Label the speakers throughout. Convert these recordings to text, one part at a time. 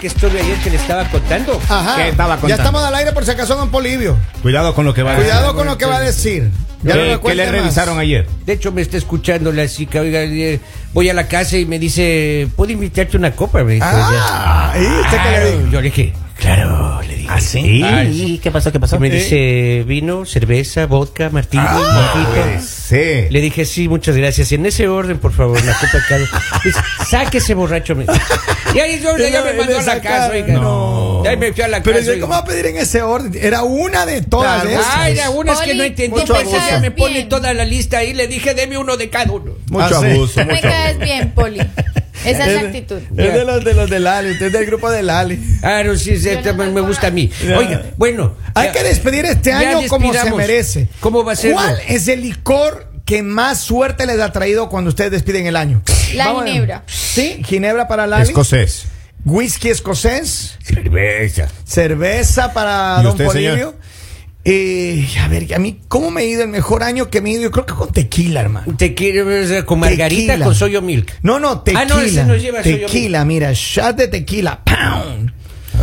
Speaker 1: que estuve ayer que le estaba contando.
Speaker 2: Ajá.
Speaker 3: ¿Qué estaba
Speaker 2: ya
Speaker 3: contando? Eh,
Speaker 2: estamos al aire por si acaso, don Polivio.
Speaker 3: Cuidado con lo que va a
Speaker 2: Cuidado con lo que va a decir. Ya no lo
Speaker 3: ¿Qué, qué le
Speaker 2: cuente más.
Speaker 3: revisaron ayer?
Speaker 1: De hecho, me está escuchando la chica. Oiga, eh, voy a la casa y me dice, ¿puedo invitarte una copa? Me dijo,
Speaker 2: Ah, ¿y usted qué le dijo?
Speaker 1: Yo le dije, claro, le dije.
Speaker 3: ¿Ah, sí?
Speaker 1: Ay, ¿Qué pasó? ¿Qué pasó?
Speaker 2: Eh.
Speaker 1: me dice vino, cerveza, vodka, martini,
Speaker 2: Ah,
Speaker 1: mojito.
Speaker 3: Sí.
Speaker 1: Le dije, sí, muchas gracias. En ese orden, por favor, la copa de cada. Dice, Sáquese, borracho. me- Y ahí yo, ya me mandó a la casa, oiga.
Speaker 3: No.
Speaker 1: Ya me fui a la
Speaker 2: Pero
Speaker 1: casa.
Speaker 2: dice,
Speaker 1: oiga.
Speaker 2: ¿cómo va a pedir en ese orden? Era una de todas
Speaker 3: Claro.
Speaker 2: esas.
Speaker 1: Ay, la una es que
Speaker 4: Poli,
Speaker 1: no entendí.
Speaker 4: mucho
Speaker 1: pensé
Speaker 4: abuso.
Speaker 1: que me pone
Speaker 4: Bien.
Speaker 1: toda la lista ahí. Le dije, deme uno de cada uno.
Speaker 2: Mucho
Speaker 3: Ah, sí.
Speaker 2: abuso.
Speaker 4: Me
Speaker 3: mucho
Speaker 4: caes
Speaker 3: abuso.
Speaker 4: bien, Poli. Esa es la
Speaker 2: Es
Speaker 4: actitud.
Speaker 2: de, es de los de los del Ali, usted es del grupo del Ali.
Speaker 1: Ah, no, sí, sí,
Speaker 4: Yo
Speaker 1: este
Speaker 4: no
Speaker 1: me-
Speaker 4: me
Speaker 1: me gusta a mí.
Speaker 2: Ya.
Speaker 1: Oiga, bueno.
Speaker 2: Hay
Speaker 1: ya-
Speaker 2: que despedir este
Speaker 1: ya
Speaker 2: año como se
Speaker 1: despidamos.
Speaker 2: merece.
Speaker 1: ¿Cómo va a ser?
Speaker 2: ¿Cuál es el licor que más suerte les ha traído cuando ustedes despiden el año?
Speaker 4: La
Speaker 2: Vamos a-
Speaker 4: ginebra.
Speaker 2: Sí, ginebra para Lali.
Speaker 3: Escocés.
Speaker 2: Whisky escocés.
Speaker 3: Cerveza.
Speaker 2: Cerveza para
Speaker 3: ¿Y
Speaker 2: Don
Speaker 3: usted, señor?
Speaker 2: Polivio. Eh, a ver, a mí, ¿cómo me he ido el mejor año que me he ido? Yo creo que con tequila, hermano.
Speaker 1: Te quiero ver con margarita
Speaker 2: Tequila.
Speaker 1: con soyo milk.
Speaker 2: No, no, tequila.
Speaker 1: Ah, no, ese no lleva soyo
Speaker 2: tequila, mira, shot de tequila. ¡Pound!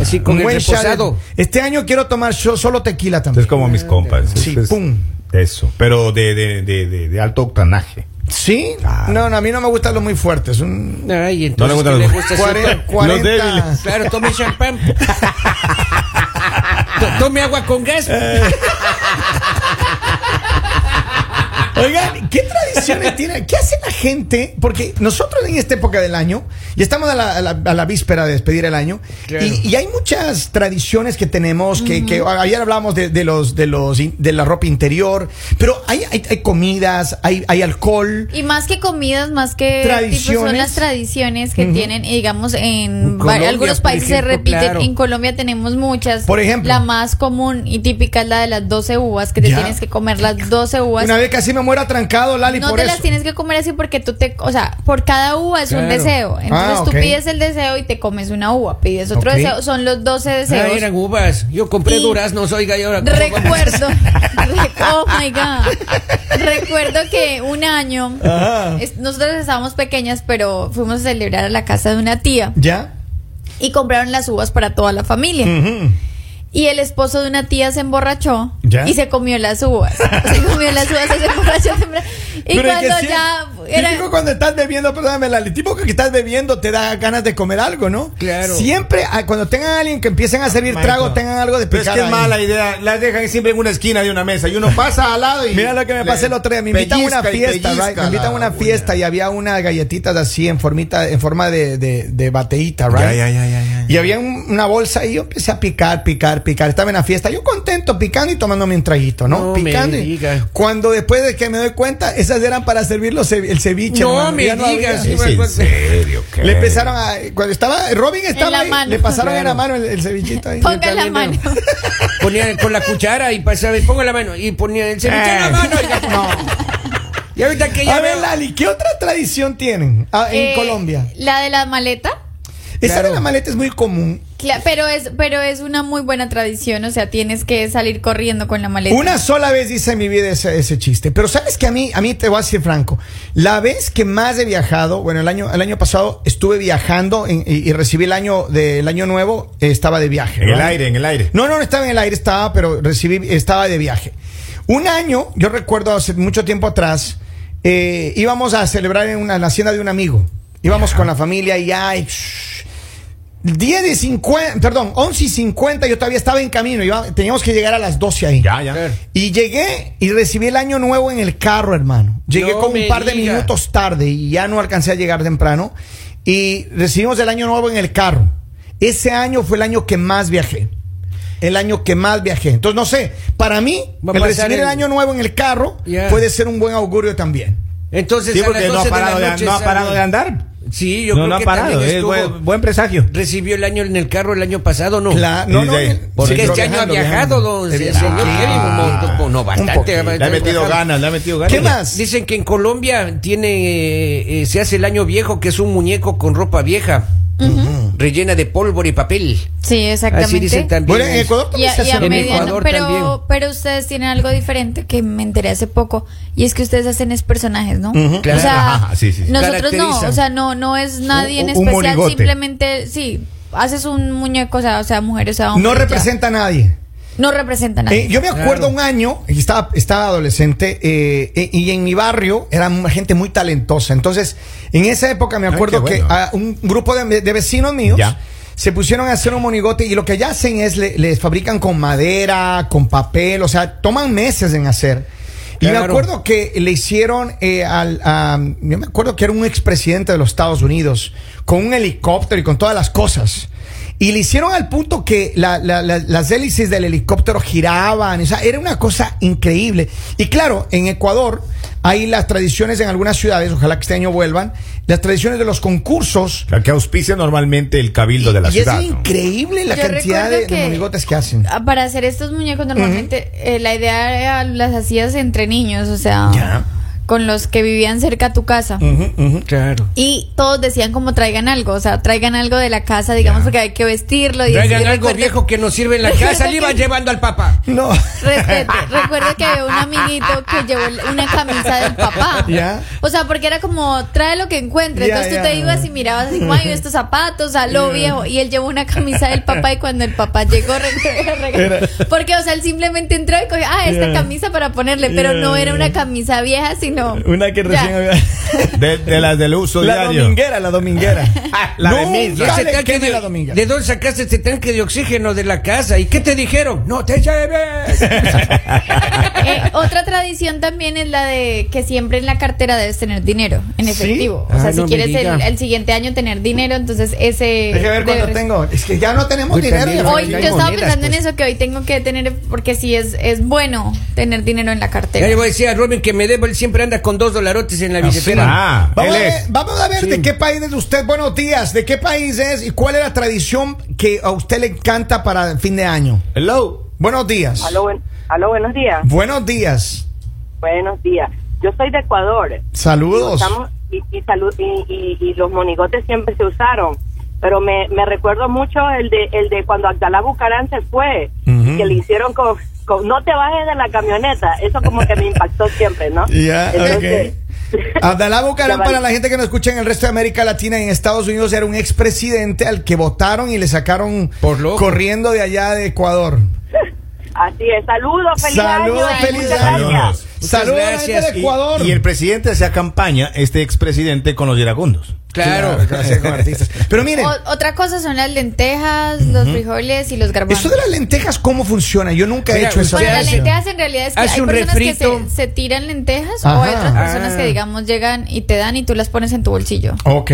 Speaker 1: Así con
Speaker 2: Un
Speaker 1: el
Speaker 2: buen shot de-
Speaker 1: reposado.
Speaker 2: Este año quiero tomar yo solo tequila
Speaker 3: Es
Speaker 2: también.
Speaker 3: como mis compas.
Speaker 2: Sí,
Speaker 3: Es- es-
Speaker 2: pum.
Speaker 3: Eso. Pero de, de, de, de, de alto octanaje.
Speaker 2: ¿Sí?
Speaker 3: Ah.
Speaker 2: No, no, a mí no me gustan los muy fuertes. Un
Speaker 1: Ay,
Speaker 3: No le
Speaker 1: entonces
Speaker 3: gustan
Speaker 1: ¿qué
Speaker 3: los-
Speaker 1: le gusta hacer?
Speaker 2: cuare- 40.
Speaker 3: débiles.
Speaker 1: Claro, tome champán. To- Tome agua con gas.
Speaker 2: Eh, Oigan, ¿qué tradiciones tiene? ¿Qué hace la gente? Porque nosotros en esta época del año, ya estamos a la, a la- a la víspera de despedir el año,
Speaker 1: Claro.
Speaker 2: y, y hay muchas tradiciones que tenemos, que, que ayer hablábamos de, de los, de, los, in- de la ropa interior, pero hay, hay, hay comidas, hay, hay alcohol.
Speaker 4: Y más que comidas, más que
Speaker 2: Tradiciones.
Speaker 4: tipos, son las tradiciones que tienen, y digamos, en
Speaker 1: En Colombia,
Speaker 4: va- algunos
Speaker 1: por
Speaker 4: países
Speaker 1: ejemplo,
Speaker 4: se repiten.
Speaker 1: claro.
Speaker 4: En Colombia tenemos muchas.
Speaker 2: Por ejemplo.
Speaker 4: La más común y típica es la de las 12 uvas, que te
Speaker 2: Ya.
Speaker 4: tienes que comer las 12 uvas.
Speaker 2: Una vez casi me muero atrancado, Lali,
Speaker 4: Pues no
Speaker 2: por
Speaker 4: te
Speaker 2: eso.
Speaker 4: las tienes que comer así porque tú te, o sea, por cada uva es un
Speaker 1: Claro.
Speaker 4: deseo. Entonces
Speaker 2: Ah, ok.
Speaker 4: tú pides el deseo y te comes una uva, pides otro
Speaker 2: Ok.
Speaker 4: deseo, son los 12 deseos.
Speaker 1: Ah, eran uvas. Yo compré
Speaker 4: Y-
Speaker 1: duraznos, oiga, y ahora. ¿cómo vamos?
Speaker 4: Recuerdo, rec- oh my god, recuerdo que un año, es- nosotros estábamos pequeñas, pero fuimos a celebrar a la casa de una tía
Speaker 2: ¿Ya?
Speaker 4: y compraron las uvas para toda la familia.
Speaker 2: Ujú.
Speaker 4: Y el esposo de una tía se emborrachó
Speaker 2: ¿Ya?
Speaker 4: y se comió las uvas. Se comió las uvas y se emborrachó. temprano. Y
Speaker 2: Pero es que
Speaker 4: cuando
Speaker 2: sí,
Speaker 4: ya era,
Speaker 2: típico cuando estás bebiendo, perdóname, Lali, tipo que estás bebiendo te da ganas de comer algo, ¿no?
Speaker 1: Claro.
Speaker 2: Siempre, ah, cuando tengan a alguien que empiecen a servir trago, tengan algo de
Speaker 3: Pero
Speaker 2: picar
Speaker 3: es que es
Speaker 2: ahí.
Speaker 3: mala idea. Las dejan siempre en una esquina de una mesa y uno pasa al lado y.
Speaker 2: Mira lo que me pasé el otro día. Me invitan a una
Speaker 3: Pellizca y
Speaker 2: fiesta,
Speaker 3: pellizca
Speaker 2: right? Me invitan a
Speaker 3: la
Speaker 2: una
Speaker 3: uña.
Speaker 2: fiesta y había unas galletitas así en formita, en forma de, de, de bateíta, right?
Speaker 3: Ya, ya, ya, ya, ya.
Speaker 2: Y había un- una bolsa y yo empecé a picar, picar, picar. Estaba en la fiesta, yo contento, picando y tomándome un traguito, ¿no?
Speaker 1: No me
Speaker 2: picando. y-
Speaker 1: digas.
Speaker 2: Cuando después de que me doy cuenta, esas eran para servir los ce- el ceviche.
Speaker 1: No
Speaker 2: hermano,
Speaker 1: me
Speaker 2: ya había.
Speaker 1: digas,
Speaker 3: ¿Es en serio? ¿qué?
Speaker 2: Le empezaron a. Cuando estaba. Robin
Speaker 4: En
Speaker 2: estaba
Speaker 4: la
Speaker 2: ahí,
Speaker 4: mano.
Speaker 2: le pasaron en la
Speaker 1: Claro.
Speaker 2: mano el, el cevichito ahí.
Speaker 4: ponga la
Speaker 1: también
Speaker 4: mano.
Speaker 1: era- Ponía con la cuchara y pasaba, y pongo la mano. Y ponía el ceviche en la
Speaker 3: Eh.
Speaker 1: mano. oiga. Y ahorita que ya
Speaker 2: A ver,
Speaker 1: veo.
Speaker 2: Lali, ¿qué otra tradición tienen ah, en
Speaker 4: Eh,
Speaker 2: Colombia?
Speaker 4: La de la maleta.
Speaker 2: Esa
Speaker 1: Claro.
Speaker 2: de la maleta es muy común.
Speaker 4: Cla- Pero es, pero es una muy buena tradición, o sea, tienes que salir corriendo con la maleta.
Speaker 2: Una sola vez hice en mi vida ese, ese chiste. Pero sabes que a mí, a mí te voy a decir franco, la vez que más he viajado, bueno, el año, el año pasado estuve viajando en- y, y recibí el año del año nuevo, eh, estaba de viaje.
Speaker 3: En el
Speaker 2: ¿verdad?
Speaker 3: aire, en el aire.
Speaker 2: No, no, no estaba en el aire, estaba, pero recibí, estaba de viaje. Un año, yo recuerdo hace mucho tiempo atrás, eh, íbamos a celebrar en, una, en la hacienda de un amigo. Íbamos con la familia y ay, shh, 10 y 50, perdón, 11 y 50, yo todavía estaba en camino, iba- teníamos que llegar a las 12 ahí.
Speaker 3: Ya, ya.
Speaker 1: Claro.
Speaker 2: Y llegué y recibí el año nuevo en el carro, hermano. Llegué
Speaker 1: No
Speaker 2: como un
Speaker 1: me
Speaker 2: par de
Speaker 1: diga.
Speaker 2: minutos tarde y ya no alcancé a llegar temprano. Y recibimos el año nuevo en el carro. Ese año fue el año que más viajé. El año que más viajé. Entonces, no sé, para mí,
Speaker 1: Va a pasar
Speaker 2: el recibir el...
Speaker 1: el-
Speaker 2: año nuevo en el carro
Speaker 1: Ya.
Speaker 2: puede ser un buen augurio también.
Speaker 1: Entonces,
Speaker 3: Sí,
Speaker 1: a
Speaker 3: porque
Speaker 1: las
Speaker 3: no ha
Speaker 1: 12 de la
Speaker 3: parado de,
Speaker 1: noche
Speaker 3: no ha
Speaker 1: sale-
Speaker 3: parado de andar.
Speaker 1: Sí, yo
Speaker 3: no,
Speaker 1: creo
Speaker 3: no ha
Speaker 1: que
Speaker 3: parado.
Speaker 1: también
Speaker 3: Es
Speaker 1: estuvo-
Speaker 3: buen, buen presagio.
Speaker 1: recibió el año en el carro el año pasado, ¿no?
Speaker 2: Cla-
Speaker 3: Y de ahí,
Speaker 2: en-
Speaker 1: Porque
Speaker 2: sí,
Speaker 1: este año ha viajado,
Speaker 2: viajando, viajando.
Speaker 1: don
Speaker 2: He
Speaker 1: se-
Speaker 2: viajado.
Speaker 1: señor Kevin, un montón, no, bastante.
Speaker 2: poquito.
Speaker 3: Le ha metido
Speaker 1: bastante.
Speaker 3: ganas, le ha metido ganas.
Speaker 2: ¿Qué más?
Speaker 1: Dicen que en Colombia tiene eh, eh, se hace el año viejo, que es un muñeco con ropa vieja, rellena de pólvora y papel.
Speaker 4: Sí, exactamente.
Speaker 1: Así dicen también.
Speaker 2: Bueno, en Ecuador
Speaker 4: Y
Speaker 2: también
Speaker 4: a,
Speaker 2: se
Speaker 4: y a
Speaker 2: hace lo
Speaker 1: en
Speaker 2: mismo.
Speaker 4: mediano-
Speaker 1: Ecuador también.
Speaker 4: pero, pero ustedes tienen algo diferente que me enteré hace poco y es que ustedes hacen es personajes, ¿no?
Speaker 1: Claro.
Speaker 4: O sea,
Speaker 3: Ajá, sí, sí, sí.
Speaker 4: nosotros no,
Speaker 1: Caracterizan.
Speaker 4: o sea, no, no es nadie en
Speaker 3: Un- un
Speaker 4: especial,
Speaker 3: monigote.
Speaker 4: simplemente sí, haces un muñeco, o sea, o sea mujer, o sea hombre,
Speaker 2: No
Speaker 4: ya.
Speaker 2: representa a nadie.
Speaker 4: No representa nada.
Speaker 2: Eh, yo me acuerdo
Speaker 1: Claro.
Speaker 2: un año, y estaba, estaba adolescente, eh, eh, y en mi barrio era una gente muy talentosa. Entonces, en esa época me
Speaker 3: Ay,
Speaker 2: acuerdo
Speaker 3: qué
Speaker 2: que
Speaker 3: bueno.
Speaker 2: ah, un grupo de, de vecinos míos
Speaker 3: Ya.
Speaker 2: se pusieron a hacer un monigote y lo que ya hacen es le- les fabrican con madera, con papel, o sea, toman meses en hacer. Y me
Speaker 1: Claro.
Speaker 2: acuerdo que le hicieron eh, al. a- yo me acuerdo que era un expresidente de los Estados Unidos, con un helicóptero y con todas las cosas. Y le hicieron al punto que la- la- la- las hélices del helicóptero giraban. O sea, era una cosa increíble. Y claro, en Ecuador hay las tradiciones en algunas ciudades, ojalá que este año vuelvan, las tradiciones de los concursos.
Speaker 3: La que auspicia normalmente el cabildo de la
Speaker 2: y
Speaker 3: ciudad.
Speaker 2: es
Speaker 3: ¿no?
Speaker 2: increíble la
Speaker 4: Yo
Speaker 2: cantidad de,
Speaker 4: recuerdo
Speaker 2: de
Speaker 4: que-
Speaker 2: monigotes que hacen.
Speaker 4: Ah, Para hacer estos muñecos normalmente eh, la idea era las hacías entre niños, o sea,
Speaker 2: Ya.
Speaker 4: con los que vivían cerca a tu casa.
Speaker 1: Claro.
Speaker 4: Y todos decían como traigan algo, o sea, traigan algo de la casa, digamos, porque hay que vestirlo. Y
Speaker 1: Traigan
Speaker 4: decir,
Speaker 1: algo
Speaker 4: recuerda-
Speaker 1: viejo que nos sirve en la casa, le iban llevando al papá.
Speaker 2: No.
Speaker 4: Respete, recuerdo que había un amiguito que llevó una camisa del papá.
Speaker 2: Ya.
Speaker 4: O sea, porque era como, trae lo que encuentres.
Speaker 2: Ya,
Speaker 4: Entonces tú
Speaker 2: ya.
Speaker 4: te ibas y mirabas así, como, ay, estos zapatos, a lo viejo. Y él llevó una camisa del papá y cuando el papá llegó, regaló- regaló. Porque, o sea, él simplemente entró y cogió, ah, esta
Speaker 2: Ya.
Speaker 4: camisa para ponerle. Pero
Speaker 2: Ya,
Speaker 4: no era
Speaker 2: ya.
Speaker 4: una camisa vieja, sino.
Speaker 2: Una que
Speaker 4: Ya.
Speaker 2: recién había.
Speaker 3: De, de las del uso
Speaker 2: La
Speaker 3: diario. Ah,
Speaker 2: dominguera, la dominguera.
Speaker 1: Ah,
Speaker 3: la de
Speaker 2: Nunca
Speaker 3: Misa.
Speaker 1: Y ese
Speaker 2: le
Speaker 1: tanque
Speaker 2: queme
Speaker 1: de,
Speaker 2: la dominguera.
Speaker 1: ¿De dónde sacaste ese tanque de oxígeno de la casa? ¿Y qué te dijeron? No te lleves.
Speaker 4: Eh, otra tradición también es la de que siempre en la cartera debes tener dinero, en
Speaker 2: ¿Sí?
Speaker 4: efectivo. O
Speaker 1: Ah,
Speaker 4: sea, si
Speaker 1: no me
Speaker 4: quieres el,
Speaker 1: diga.
Speaker 4: el siguiente año tener dinero, entonces ese.
Speaker 2: Deje ver cuánto
Speaker 4: debe-
Speaker 2: tengo. Es que ya no tenemos
Speaker 1: Hoy
Speaker 2: dinero.
Speaker 1: también,
Speaker 2: ya
Speaker 4: Hoy
Speaker 2: no
Speaker 4: yo
Speaker 2: hay
Speaker 4: estaba
Speaker 2: monedas,
Speaker 4: pensando en
Speaker 2: pues.
Speaker 4: eso que hoy tengo que tener, porque sí es, es bueno tener dinero en la
Speaker 1: Ya
Speaker 4: cartera.
Speaker 1: le voy a decir a Robin que me debo, él siempre anda con dos dolarotes en la billetera.
Speaker 3: Ah,
Speaker 2: Vamos
Speaker 3: él
Speaker 2: a, ver,
Speaker 3: es.
Speaker 2: vamos a ver
Speaker 1: Sí.
Speaker 2: de qué país es usted. Buenos días. ¿De qué país es y cuál es la tradición que a usted le encanta para el fin de año?
Speaker 3: Hello.
Speaker 2: Buenos días.
Speaker 5: Aló, buen- aló, buenos días.
Speaker 2: Buenos días.
Speaker 5: Buenos días. Yo soy de Ecuador.
Speaker 2: Saludos.
Speaker 5: Estamos- y, y salu- y- y- y los monigotes siempre se usaron. Pero me, me recuerdo mucho el de el de cuando Abdalá Bucarán se fue, que le hicieron con, con- No te bajes de la camioneta. Eso como que me impactó siempre, ¿no?
Speaker 2: Ya,
Speaker 5: Entonces,
Speaker 2: Abdalá Bucarán,
Speaker 5: Ya va.
Speaker 2: para la gente que nos escucha en el resto de América Latina y en Estados Unidos, era un expresidente al que votaron y le sacaron
Speaker 1: Por loco.
Speaker 2: corriendo de allá de Ecuador.
Speaker 5: Así es. Saludos, feliz
Speaker 2: Saludos,
Speaker 5: año. eh,
Speaker 2: feliz
Speaker 5: Muchas
Speaker 2: año.
Speaker 5: gracias.
Speaker 1: Muchas
Speaker 2: Saludos a la
Speaker 1: gracias.
Speaker 2: gente de
Speaker 1: Y-
Speaker 2: Ecuador.
Speaker 3: Y el presidente hacía campaña, este expresidente, con los iracundos.
Speaker 1: Claro.
Speaker 2: gracias con artistas. Pero miren,
Speaker 5: Oh,
Speaker 4: O- otra cosa son las lentejas, los frijoles y los garbanzos.
Speaker 2: eso de las lentejas, ¿cómo funciona? Yo nunca he
Speaker 1: Mira, pues,
Speaker 2: hecho esa
Speaker 4: Bueno, las
Speaker 1: hace-
Speaker 2: operación.
Speaker 4: lentejas en realidad es que
Speaker 1: hace
Speaker 4: hay
Speaker 1: un
Speaker 4: personas que
Speaker 1: refrito.
Speaker 4: se, se tiran lentejas o
Speaker 2: Ajá.
Speaker 4: hay otras personas
Speaker 1: Ah.
Speaker 4: que, digamos, llegan y te dan y tú las pones en tu bolsillo.
Speaker 2: Ok.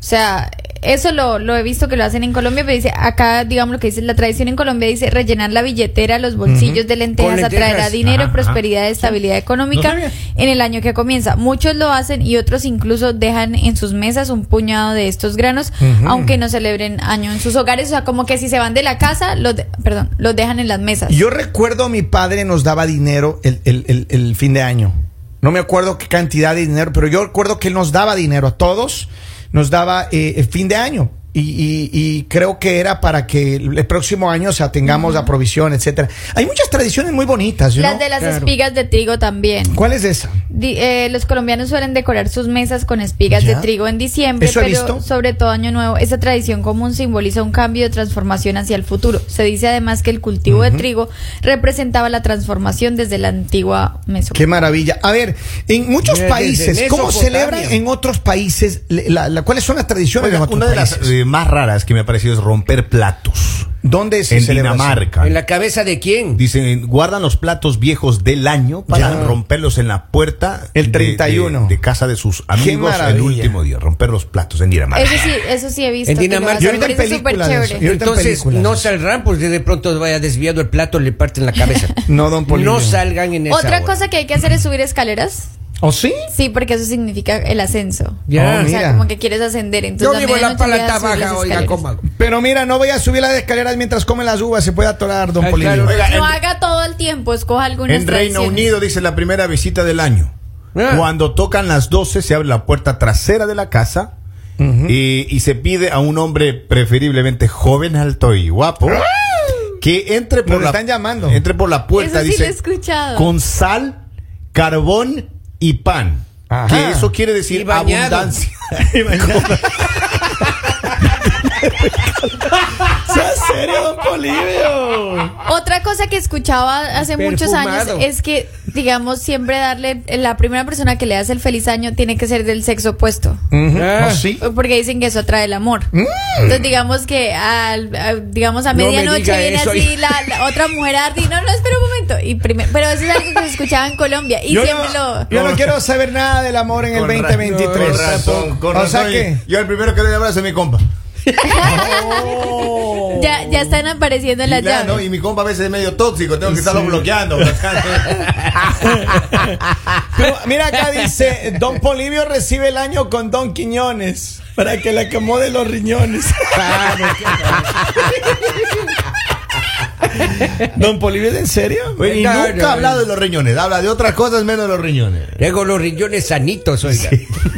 Speaker 4: O sea, eso lo, lo he visto que lo hacen en Colombia, pero dice, acá, digamos, lo que dice la tradición en Colombia, dice rellenar la billetera, los bolsillos de lentejas,
Speaker 1: Con lentejas.
Speaker 4: atraerá dinero,
Speaker 3: Ajá,
Speaker 4: prosperidad, estabilidad económica
Speaker 3: No sabía.
Speaker 4: en el año que comienza. Muchos lo hacen y otros incluso dejan en sus mesas un puñado de estos granos, aunque no celebren año en sus hogares. O sea, como que si se van de la casa, los de- perdón, los dejan en las mesas.
Speaker 2: Yo recuerdo mi padre nos daba dinero el, el- el- el fin de año. No me acuerdo qué cantidad de dinero, pero yo recuerdo que él nos daba dinero a todos, nos daba eh, el fin de año. Y, y- y creo que era para que el el próximo año o sea, tengamos la provisión, etcétera. Hay muchas tradiciones muy bonitas, ¿no?
Speaker 4: las de las
Speaker 1: Claro.
Speaker 4: espigas de trigo también.
Speaker 2: ¿Cuál es esa?
Speaker 4: Di- eh, los colombianos suelen decorar sus mesas con espigas
Speaker 2: Ya.
Speaker 4: de trigo en diciembre,
Speaker 2: Eso he
Speaker 4: pero
Speaker 2: visto.
Speaker 4: sobre todo Año Nuevo. Esta tradición común simboliza un cambio de transformación hacia el futuro. Se dice además que el cultivo de trigo representaba la transformación desde la antigua
Speaker 2: Qué
Speaker 4: Mesopotamia.
Speaker 2: maravilla. A ver, en muchos
Speaker 1: Desde
Speaker 2: países, ¿cómo
Speaker 1: Mesopotamia.
Speaker 2: celebran en otros países? le- la- la- ¿Cuáles son las tradiciones
Speaker 3: Oiga,
Speaker 2: en otros
Speaker 3: una de las
Speaker 2: países?
Speaker 3: eh, más raras que me ha parecido es romper platos.
Speaker 2: ¿Dónde se
Speaker 3: en
Speaker 2: celebra eso?
Speaker 3: Dinamarca.
Speaker 1: ¿En la cabeza de quién?
Speaker 3: Dicen, guardan los platos viejos del año para
Speaker 2: Ya.
Speaker 3: romperlos en la puerta
Speaker 2: El
Speaker 3: de-
Speaker 2: 31.
Speaker 3: De, de casa de sus amigos el
Speaker 2: maravilla.
Speaker 3: último día. Romper los platos en Dinamarca.
Speaker 4: Eso sí, eso sí he visto.
Speaker 1: En
Speaker 4: que lo
Speaker 1: Dinamarca-
Speaker 4: hacen,
Speaker 1: Yo ahorita
Speaker 4: me
Speaker 2: en
Speaker 4: parece súper
Speaker 2: películas de eso.
Speaker 4: chévere.
Speaker 2: Yo ahorita en
Speaker 1: Entonces
Speaker 2: películas.
Speaker 1: no saldrán, pues de pronto vaya desviado el plato, le parten la cabeza.
Speaker 2: No, don Polibio.
Speaker 1: No salgan en esa
Speaker 4: Otra
Speaker 1: hora.
Speaker 4: cosa que hay que hacer es subir escaleras.
Speaker 2: ¿O ¿Oh, sí?
Speaker 4: Sí, porque eso significa el ascenso.
Speaker 1: Ya.
Speaker 2: Oh,
Speaker 4: o sea,
Speaker 2: mira.
Speaker 4: como que quieres ascender. Entonces,
Speaker 1: Yo
Speaker 4: a
Speaker 1: vivo en la
Speaker 4: medianoche ya
Speaker 1: palata
Speaker 4: subes las
Speaker 1: baja, oiga,
Speaker 4: escaleras.
Speaker 1: cómo
Speaker 2: Pero mira, no voy a subir las escaleras mientras come las uvas, se puede atorar, don
Speaker 1: Ay,
Speaker 2: Polibio.
Speaker 1: Ah, claro.
Speaker 3: Oiga,
Speaker 4: No
Speaker 3: en-
Speaker 4: haga todo el tiempo, escoja algunas
Speaker 3: En Reino
Speaker 4: tradiciones.
Speaker 3: Unido dice la primera visita del año.
Speaker 1: Ah.
Speaker 3: Cuando tocan las 12 se abre la puerta trasera de la casa y, y se pide a un hombre preferiblemente joven, alto y guapo que entre
Speaker 2: Ah.
Speaker 3: por
Speaker 2: Nos
Speaker 3: la
Speaker 2: están llamando.
Speaker 3: entre por la puerta
Speaker 4: Eso sí lo
Speaker 3: dice
Speaker 4: he escuchado.
Speaker 3: con sal, carbón y pan.
Speaker 2: Ajá.
Speaker 3: Que eso quiere
Speaker 1: Y
Speaker 3: decir
Speaker 1: bañado.
Speaker 3: abundancia.
Speaker 2: serio, don Polivio?
Speaker 4: Otra cosa que escuchaba hace muchos años
Speaker 1: Perfumado.
Speaker 4: es que, digamos, siempre darle, la primera persona que le das el feliz año tiene que ser del sexo opuesto.
Speaker 1: Ah.
Speaker 2: ¿Oh, sí?
Speaker 4: Porque dicen que eso atrae el amor. Entonces, digamos que al, a- digamos a
Speaker 1: Mm. No me
Speaker 4: medianoche
Speaker 1: diga
Speaker 4: viene
Speaker 1: eso.
Speaker 4: así la, la otra mujer a decir, no, no, espera un momento. Y primer- pero eso es algo que se escuchaba en Colombia y
Speaker 2: Yo
Speaker 4: siempre
Speaker 2: no,
Speaker 4: lo...
Speaker 2: yo no quiero saber nada del amor en el
Speaker 3: Con ra-
Speaker 2: 2023.
Speaker 3: Con razón, con
Speaker 2: o sea
Speaker 3: razón.
Speaker 2: que.
Speaker 3: Yo el primero que doy abrazo es mi compa.
Speaker 4: Ya, ya están apareciendo
Speaker 3: Y,
Speaker 4: en las
Speaker 3: la-
Speaker 4: llaves.
Speaker 3: no, y mi compa a veces es medio tóxico, tengo que estarlo bloqueando.
Speaker 2: Pero mira acá dice, Don Polivio recibe el año con Don Quiñones para que le acomode los riñones. Don Polivio, ¿es en serio?
Speaker 3: Oye, y
Speaker 1: No,
Speaker 3: nunca
Speaker 1: no,
Speaker 3: ha hablado de los riñones, habla de otras cosas menos de los riñones.
Speaker 1: Luego los riñones sanitos, oiga.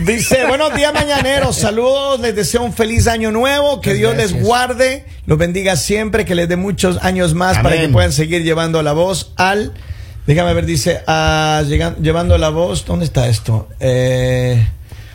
Speaker 2: Dice, buenos días mañaneros, saludos, les deseo un feliz año nuevo, que Dios les guarde, los bendiga siempre, que les dé muchos años más para
Speaker 3: Amén.
Speaker 2: que puedan seguir llevando la voz al, déjame ver, dice, a, llegan- llevando la voz, ¿dónde está esto? Eh,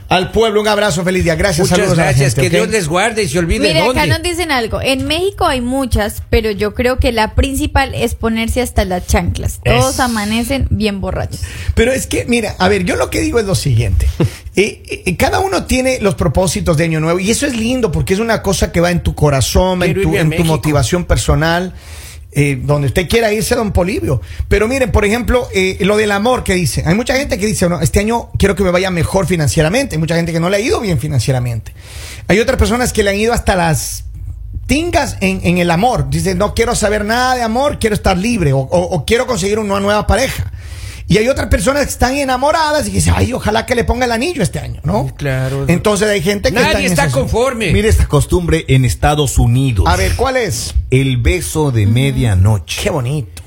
Speaker 2: al pueblo, un abrazo, feliz día, gracias,
Speaker 1: Muchas
Speaker 2: saludos a la
Speaker 1: gracias,
Speaker 2: gente,
Speaker 1: que
Speaker 2: ¿ok?
Speaker 1: Dios les guarde y se olvide
Speaker 4: Mira,
Speaker 1: dónde.
Speaker 4: acá nos dicen algo. En México hay muchas, pero yo creo que la principal es ponerse hasta las chanclas. Todos amanecen bien borrachos.
Speaker 2: Pero es que, mira, a ver, yo lo que digo es lo siguiente. Eh, eh, cada uno tiene los propósitos de Año Nuevo y eso es lindo porque es una cosa que va en tu corazón, va en
Speaker 1: Quiero
Speaker 2: tu,
Speaker 1: irme a
Speaker 2: en tu
Speaker 1: México.
Speaker 2: motivación personal, eh, donde usted quiera irse, don Polivio. Pero miren, por ejemplo, eh, lo del amor que dicen. Hay mucha gente que dice, no, este año quiero que me vaya mejor financieramente. Hay mucha gente que no le ha ido bien financieramente. Hay otras personas que le han ido hasta las tingas en, en el amor. Dice, no quiero saber nada de amor, quiero estar libre o, o- o quiero conseguir una nueva pareja. Y hay otras personas que están enamoradas y que dicen, ay, ojalá que le ponga el anillo este año, ¿no?
Speaker 1: Claro.
Speaker 2: Entonces hay gente que
Speaker 1: Nadie
Speaker 2: en
Speaker 1: está
Speaker 2: esas-
Speaker 1: conforme.
Speaker 3: Mire esta costumbre en Estados Unidos.
Speaker 2: A ver, ¿cuál es?
Speaker 3: el beso de medianoche.
Speaker 2: bonito.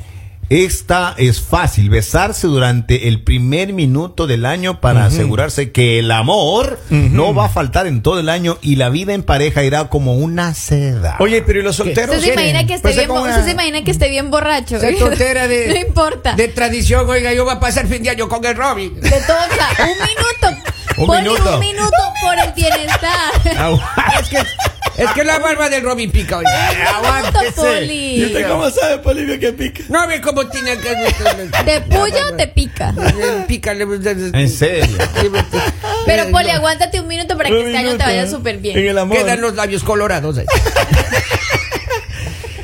Speaker 3: Esta es fácil, besarse durante el primer minuto del año para asegurarse que el amor no va a faltar en todo el año y la vida en pareja irá como una seda.
Speaker 2: Oye, pero ¿y los solteros?
Speaker 4: Usted se imagina que esté
Speaker 2: Pues,
Speaker 4: bien,
Speaker 2: con
Speaker 4: bo-
Speaker 2: una-
Speaker 4: usted se imagina que esté bien borracho.
Speaker 1: Esa tontera de.
Speaker 4: No importa.
Speaker 1: De
Speaker 4: De,
Speaker 1: tradición, oiga, yo voy a pasar fin de año con el Robin.
Speaker 4: todo, o sea, un minuto.
Speaker 3: Un
Speaker 4: Ponle
Speaker 3: minuto.
Speaker 4: un minuto por el bienestar.
Speaker 3: Au.
Speaker 1: es, que, es que la barba del Robin pica, oiga.
Speaker 4: Minuto,
Speaker 3: aguántese.
Speaker 4: Poli.
Speaker 2: ¿Y usted cómo sabe, Polivio, que pica?
Speaker 1: No ve cómo tiene que. Eh,
Speaker 4: ¿Te puya o te pica?
Speaker 1: Pica.
Speaker 3: En serio.
Speaker 1: Eh,
Speaker 4: Pero Poli, aguántate un minuto para que
Speaker 2: Un
Speaker 4: este año te
Speaker 2: minuto,
Speaker 4: vaya
Speaker 2: ¿eh?
Speaker 4: súper
Speaker 2: En
Speaker 4: bien.
Speaker 2: el amor.
Speaker 1: Quedan los labios colorados. eh. ahí.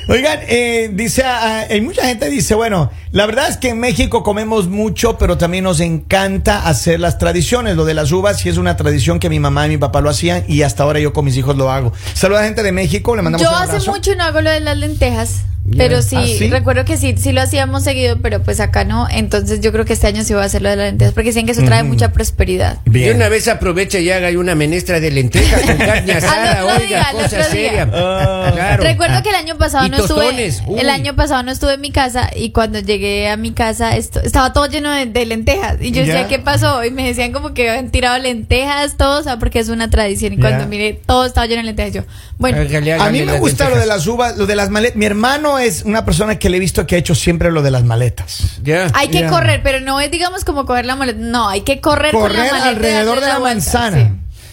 Speaker 2: Oigan, eh, dice, ah, ah, hay mucha gente dice, bueno, la verdad es que en México comemos mucho, pero también nos encanta hacer las tradiciones. Lo de las uvas sí es una tradición que mi mamá y mi papá lo hacían y hasta ahora yo con mis hijos lo hago. Saluda a la gente de México, le mandamos
Speaker 4: Yo
Speaker 2: un
Speaker 4: hace
Speaker 2: abrazo.
Speaker 4: mucho no hago lo de las lentejas. Pero sí,
Speaker 2: ¿Ah, sí?
Speaker 4: recuerdo que sí, sí lo hacíamos seguido, pero pues acá no. Entonces yo creo que este año sí voy a hacer lo de las lentejas, porque dicen que eso trae mucha prosperidad.
Speaker 1: Y una vez aprovecha y haga una menestra de lentejas con carne asada,
Speaker 4: Al otro
Speaker 1: oiga,
Speaker 4: día, al
Speaker 1: cosa
Speaker 4: otro día.
Speaker 1: seria. Claro. Ah,
Speaker 4: Recuerdo que el año pasado
Speaker 1: Y
Speaker 4: no estuve
Speaker 1: tostones, uy.
Speaker 4: el año pasado no estuve en mi casa y cuando llegué a mi casa esto- estaba todo lleno de, de lentejas y yo
Speaker 2: Ya.
Speaker 4: decía qué pasó y me decían como que habían tirado lentejas todos, o sea, porque es una tradición y
Speaker 2: Ya.
Speaker 4: cuando miré todo estaba lleno de lentejas yo, bueno,
Speaker 1: Hágale,
Speaker 2: A
Speaker 1: hágale
Speaker 2: mí me
Speaker 1: las
Speaker 2: gusta lo de
Speaker 1: lentejas.
Speaker 2: las uvas, lo de las maletas. Mi hermano es una persona que le he visto que ha hecho siempre lo de las maletas.
Speaker 1: Ya.
Speaker 4: hay que
Speaker 2: Ya.
Speaker 4: correr, pero no es digamos como coger la maleta, no, hay que correr, con la
Speaker 2: Correr
Speaker 4: maleta y
Speaker 2: alrededor
Speaker 4: darle
Speaker 2: de la
Speaker 4: vuelta,
Speaker 2: manzana.
Speaker 4: sí.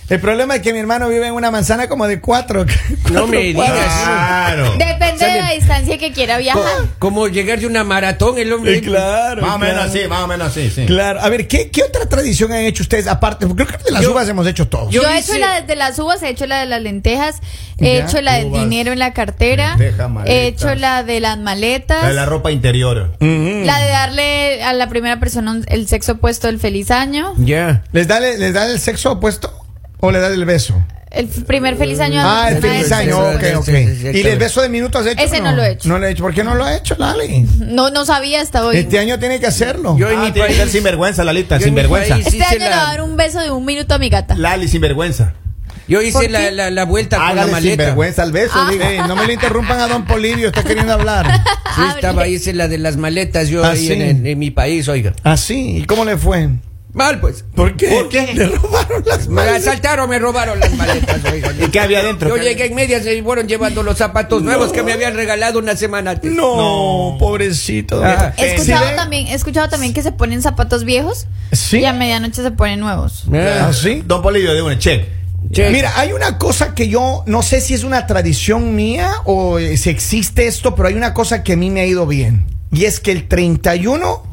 Speaker 2: El problema es que mi hermano vive en una manzana como de cuatro.
Speaker 1: No me
Speaker 2: cuatro cuadras.
Speaker 1: digas.
Speaker 3: Claro.
Speaker 4: Depende de la distancia que quiera viajar.
Speaker 1: Como llegar de una maratón, el hombre.
Speaker 2: Eh, claro.
Speaker 3: Más o
Speaker 2: claro.
Speaker 3: menos así, más o menos así,
Speaker 1: Eh.
Speaker 3: sí.
Speaker 2: Claro, a ver, ¿qué, qué otra tradición han hecho ustedes aparte? Porque creo que de las
Speaker 1: Yo-
Speaker 2: uvas hemos hecho todos.
Speaker 1: Yo
Speaker 4: Yo, he hecho
Speaker 1: hice-
Speaker 4: la de las uvas, he hecho la de las lentejas, he
Speaker 2: Ya,
Speaker 4: hecho la del
Speaker 3: uvas,
Speaker 4: dinero en la cartera,
Speaker 3: lenteja,
Speaker 4: he
Speaker 3: maletas.
Speaker 4: hecho la de las maletas,
Speaker 3: La de la ropa interior.
Speaker 2: Mm.
Speaker 4: la de darle a la primera persona un- el sexo opuesto el feliz año,
Speaker 1: Ya.
Speaker 2: ¿Les da, ¿Les da el sexo opuesto o le da el beso?
Speaker 4: el f- primer feliz año. a la
Speaker 2: Ah, el
Speaker 4: persona
Speaker 2: feliz
Speaker 4: del
Speaker 2: año,
Speaker 4: sexo
Speaker 2: ok,
Speaker 4: opuesto.
Speaker 2: ok.
Speaker 1: sí, sí, sí,
Speaker 2: ¿Y
Speaker 1: claro.
Speaker 2: el beso de minutos has hecho?
Speaker 4: Ese no lo he hecho.
Speaker 2: No lo he hecho. ¿Por qué no lo ha hecho, Lali?
Speaker 4: No, no sabía hasta hoy.
Speaker 2: Este
Speaker 4: Este,
Speaker 2: año tiene que hacerlo.
Speaker 1: Yo en
Speaker 3: Ah,
Speaker 1: mi
Speaker 3: tiene que
Speaker 1: país.
Speaker 3: ser sinvergüenza, Lalita,
Speaker 1: Yo en mi
Speaker 3: sinvergüenza.
Speaker 1: país- sí se
Speaker 4: Este año le
Speaker 1: la-
Speaker 4: voy a dar un beso de un minuto a mi gata.
Speaker 3: Lali, sinvergüenza.
Speaker 1: Yo
Speaker 4: ¿Por
Speaker 1: hice
Speaker 4: qué?
Speaker 1: la, la, la vuelta con la
Speaker 3: Hágale
Speaker 1: maleta.
Speaker 3: sinvergüenza al beso,
Speaker 1: Ah.
Speaker 3: digo.
Speaker 2: Ey, no me le interrumpan a Don Polivio, está queriendo hablar.
Speaker 1: Sí,
Speaker 4: Ah,
Speaker 1: estaba, hice la de las maletas yo
Speaker 2: Ah,
Speaker 1: ahí
Speaker 2: sí.
Speaker 1: en, en- en mi país, oiga.
Speaker 2: Así, Ah, ¿y cómo le fue?
Speaker 1: Mal, pues.
Speaker 2: ¿Por qué? Le robaron las
Speaker 1: Me
Speaker 2: manos.
Speaker 1: asaltaron, me robaron las maletas, oiga.
Speaker 3: ¿Y qué había adentro?
Speaker 1: Yo
Speaker 3: ¿Qué
Speaker 1: llegué en medias y fueron llevando los zapatos nuevos que me habían regalado una semana antes.
Speaker 2: No, pobrecito.
Speaker 1: Ah.
Speaker 4: He escuchado,
Speaker 2: Sí, de-
Speaker 4: también, he escuchado también que se ponen zapatos viejos
Speaker 2: Sí.
Speaker 4: y a medianoche se ponen nuevos.
Speaker 1: Ah,
Speaker 2: ¿Ah, sí?
Speaker 3: Don Polivio de una, check.
Speaker 1: Sí.
Speaker 2: Mira, hay una cosa que yo no sé si es una tradición mía o eh, si existe esto, pero hay una cosa que a mí me ha ido bien. Y es que el 31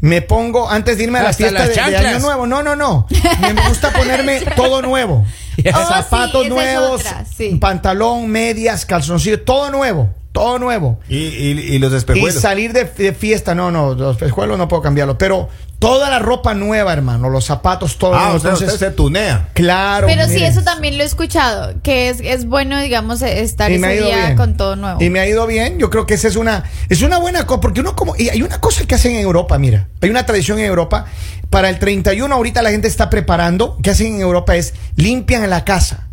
Speaker 2: me pongo, antes de irme a la
Speaker 1: Hasta
Speaker 2: fiesta
Speaker 1: las
Speaker 2: de- de, Año
Speaker 1: chanclas.
Speaker 2: Nuevo, no, no, no. Me gusta ponerme todo nuevo.
Speaker 4: Oh,
Speaker 2: Zapatos
Speaker 4: sí, esa es
Speaker 2: nuevos,
Speaker 4: otra, sí.
Speaker 2: pantalón, medias, calzoncillo, todo nuevo, todo nuevo.
Speaker 3: Y, y- y los
Speaker 2: Y
Speaker 3: espejuelos.
Speaker 2: salir de, de fiesta, no, no, los espejuelos no puedo cambiarlo, pero toda la ropa nueva, hermano, los zapatos, todo.
Speaker 3: Ah,
Speaker 2: nuevo,
Speaker 3: o sea, usted se tunea.
Speaker 2: claro.
Speaker 4: Pero sí,
Speaker 2: miren.
Speaker 4: eso también lo he escuchado, que es, es bueno, digamos, e-, estar
Speaker 2: Y
Speaker 4: ese
Speaker 2: me ha ido
Speaker 4: día
Speaker 2: bien.
Speaker 4: con todo nuevo.
Speaker 2: Y me ha ido bien. Yo creo que esa es una es una buena cosa porque uno como y hay una cosa que hacen en Europa, mira. Hay una tradición en Europa para el 31 ahorita la gente está preparando, que hacen en Europa es limpian la casa.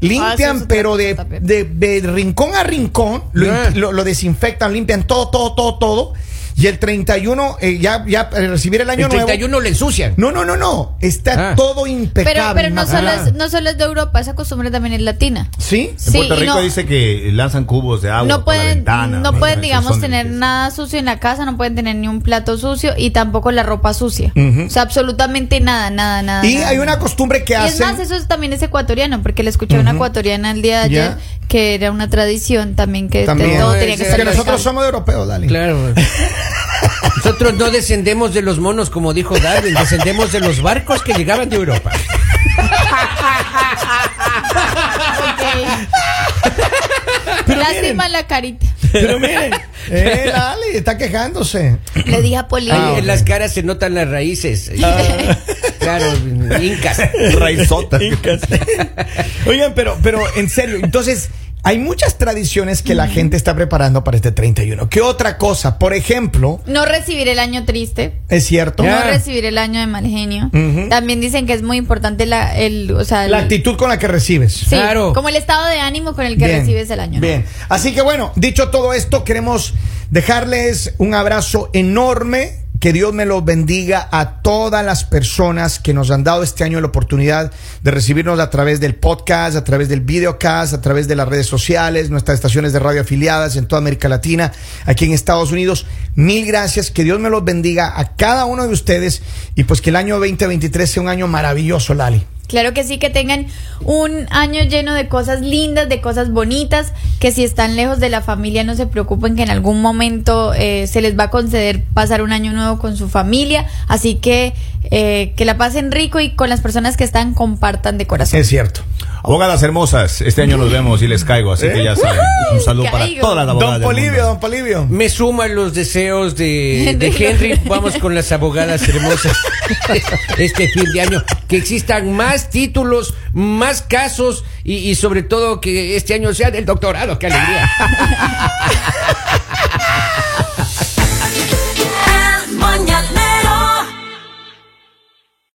Speaker 2: Limpian,
Speaker 4: es otra
Speaker 2: pero de,
Speaker 4: cosa también.
Speaker 2: de, de rincón a rincón, lo,
Speaker 1: Ah.
Speaker 2: lo- lo desinfectan, limpian todo, todo, todo, todo. Y el 31, eh, ya, ya eh, recibir el año
Speaker 1: El 31
Speaker 2: nuevo.
Speaker 1: le ensucian.
Speaker 2: No, no, no, no. Está
Speaker 1: Ah.
Speaker 2: todo impecable.
Speaker 4: pero pero no, solo
Speaker 2: inmaculado.
Speaker 4: es, no solo es de Europa, esa costumbre también es latina.
Speaker 2: ¿Sí?
Speaker 3: En
Speaker 4: Sí,
Speaker 3: Puerto
Speaker 4: y
Speaker 3: Rico
Speaker 4: no-
Speaker 3: dice que lanzan cubos de agua
Speaker 4: no
Speaker 3: por la
Speaker 4: pueden,
Speaker 3: ventana,
Speaker 4: no pueden,
Speaker 3: Son
Speaker 4: digamos, tener
Speaker 3: limpieza.
Speaker 4: nada sucio en la casa, no pueden tener ni un plato sucio y tampoco la ropa sucia.
Speaker 2: Ujú.
Speaker 4: O sea, absolutamente nada, nada, nada.
Speaker 2: Y
Speaker 4: nada,
Speaker 2: hay
Speaker 4: nada.
Speaker 2: una costumbre que
Speaker 4: Ah. Y es
Speaker 2: hacen.
Speaker 4: más, eso es- también es ecuatoriano, porque le escuché a una ecuatoriana el día de
Speaker 2: Ya.
Speaker 4: ayer que era una tradición también que
Speaker 2: También.
Speaker 4: todo
Speaker 1: No,
Speaker 4: tenía
Speaker 1: es
Speaker 4: que
Speaker 2: Es
Speaker 4: ser
Speaker 2: que nosotros
Speaker 4: local.
Speaker 2: somos europeos, dale.
Speaker 1: Claro. Nosotros no descendemos de los monos, como dijo Darwin, descendemos de los barcos que llegaban de Europa.
Speaker 4: Ok. Lástima la carita.
Speaker 2: Pero miren, eh, dale, está quejándose.
Speaker 4: Le dije a Poli.
Speaker 2: Ah,
Speaker 1: Ahí en las caras se notan las raíces. Claro, incas.
Speaker 3: Raizotas.
Speaker 2: Oigan, pero, pero en serio, entonces hay muchas tradiciones que la gente está preparando para este 31. ¿Qué otra cosa? Por ejemplo,
Speaker 4: No recibir el año triste.
Speaker 2: es cierto,
Speaker 1: Ya.
Speaker 4: No recibir el año de mal genio.
Speaker 2: Ujú.
Speaker 4: También dicen que es muy importante la, el, o sea, el-
Speaker 2: la actitud con la que recibes.
Speaker 4: Sí,
Speaker 1: Claro.
Speaker 4: como el estado de ánimo con el que
Speaker 2: Bien,
Speaker 4: recibes el año. ¿no?
Speaker 2: Bien. Así que bueno, dicho todo esto, queremos dejarles un abrazo enorme. Que Dios me los bendiga a todas las personas que nos han dado este año la oportunidad de recibirnos a través del podcast, a través del videocast, a través de las redes sociales, nuestras estaciones de radio afiliadas en toda América Latina, aquí en Estados Unidos. Mil gracias, que Dios me los bendiga a cada uno de ustedes y pues que el año 2023 sea un año maravilloso, Lali.
Speaker 4: Claro que sí, que tengan un año lleno de cosas lindas, de cosas bonitas, que si están lejos de la familia no se preocupen que en algún momento eh, se les va a conceder pasar un año nuevo con su familia. Así que eh, que la pasen rico y con las personas que están compartan de corazón.
Speaker 2: Es cierto.
Speaker 3: Abogadas hermosas, este año nos vemos y les caigo, así que ya saben. Un saludo para
Speaker 4: Caigo.
Speaker 3: todas las abogadas.
Speaker 2: ¿Eh? Don
Speaker 3: del mundo.
Speaker 2: Polivio, don Polivio.
Speaker 1: Me suman los deseos de, de Henry. Vamos con las abogadas hermosas este fin de año. Que existan más títulos, más casos y, y sobre todo que este año sea del doctorado. ¡Qué alegría!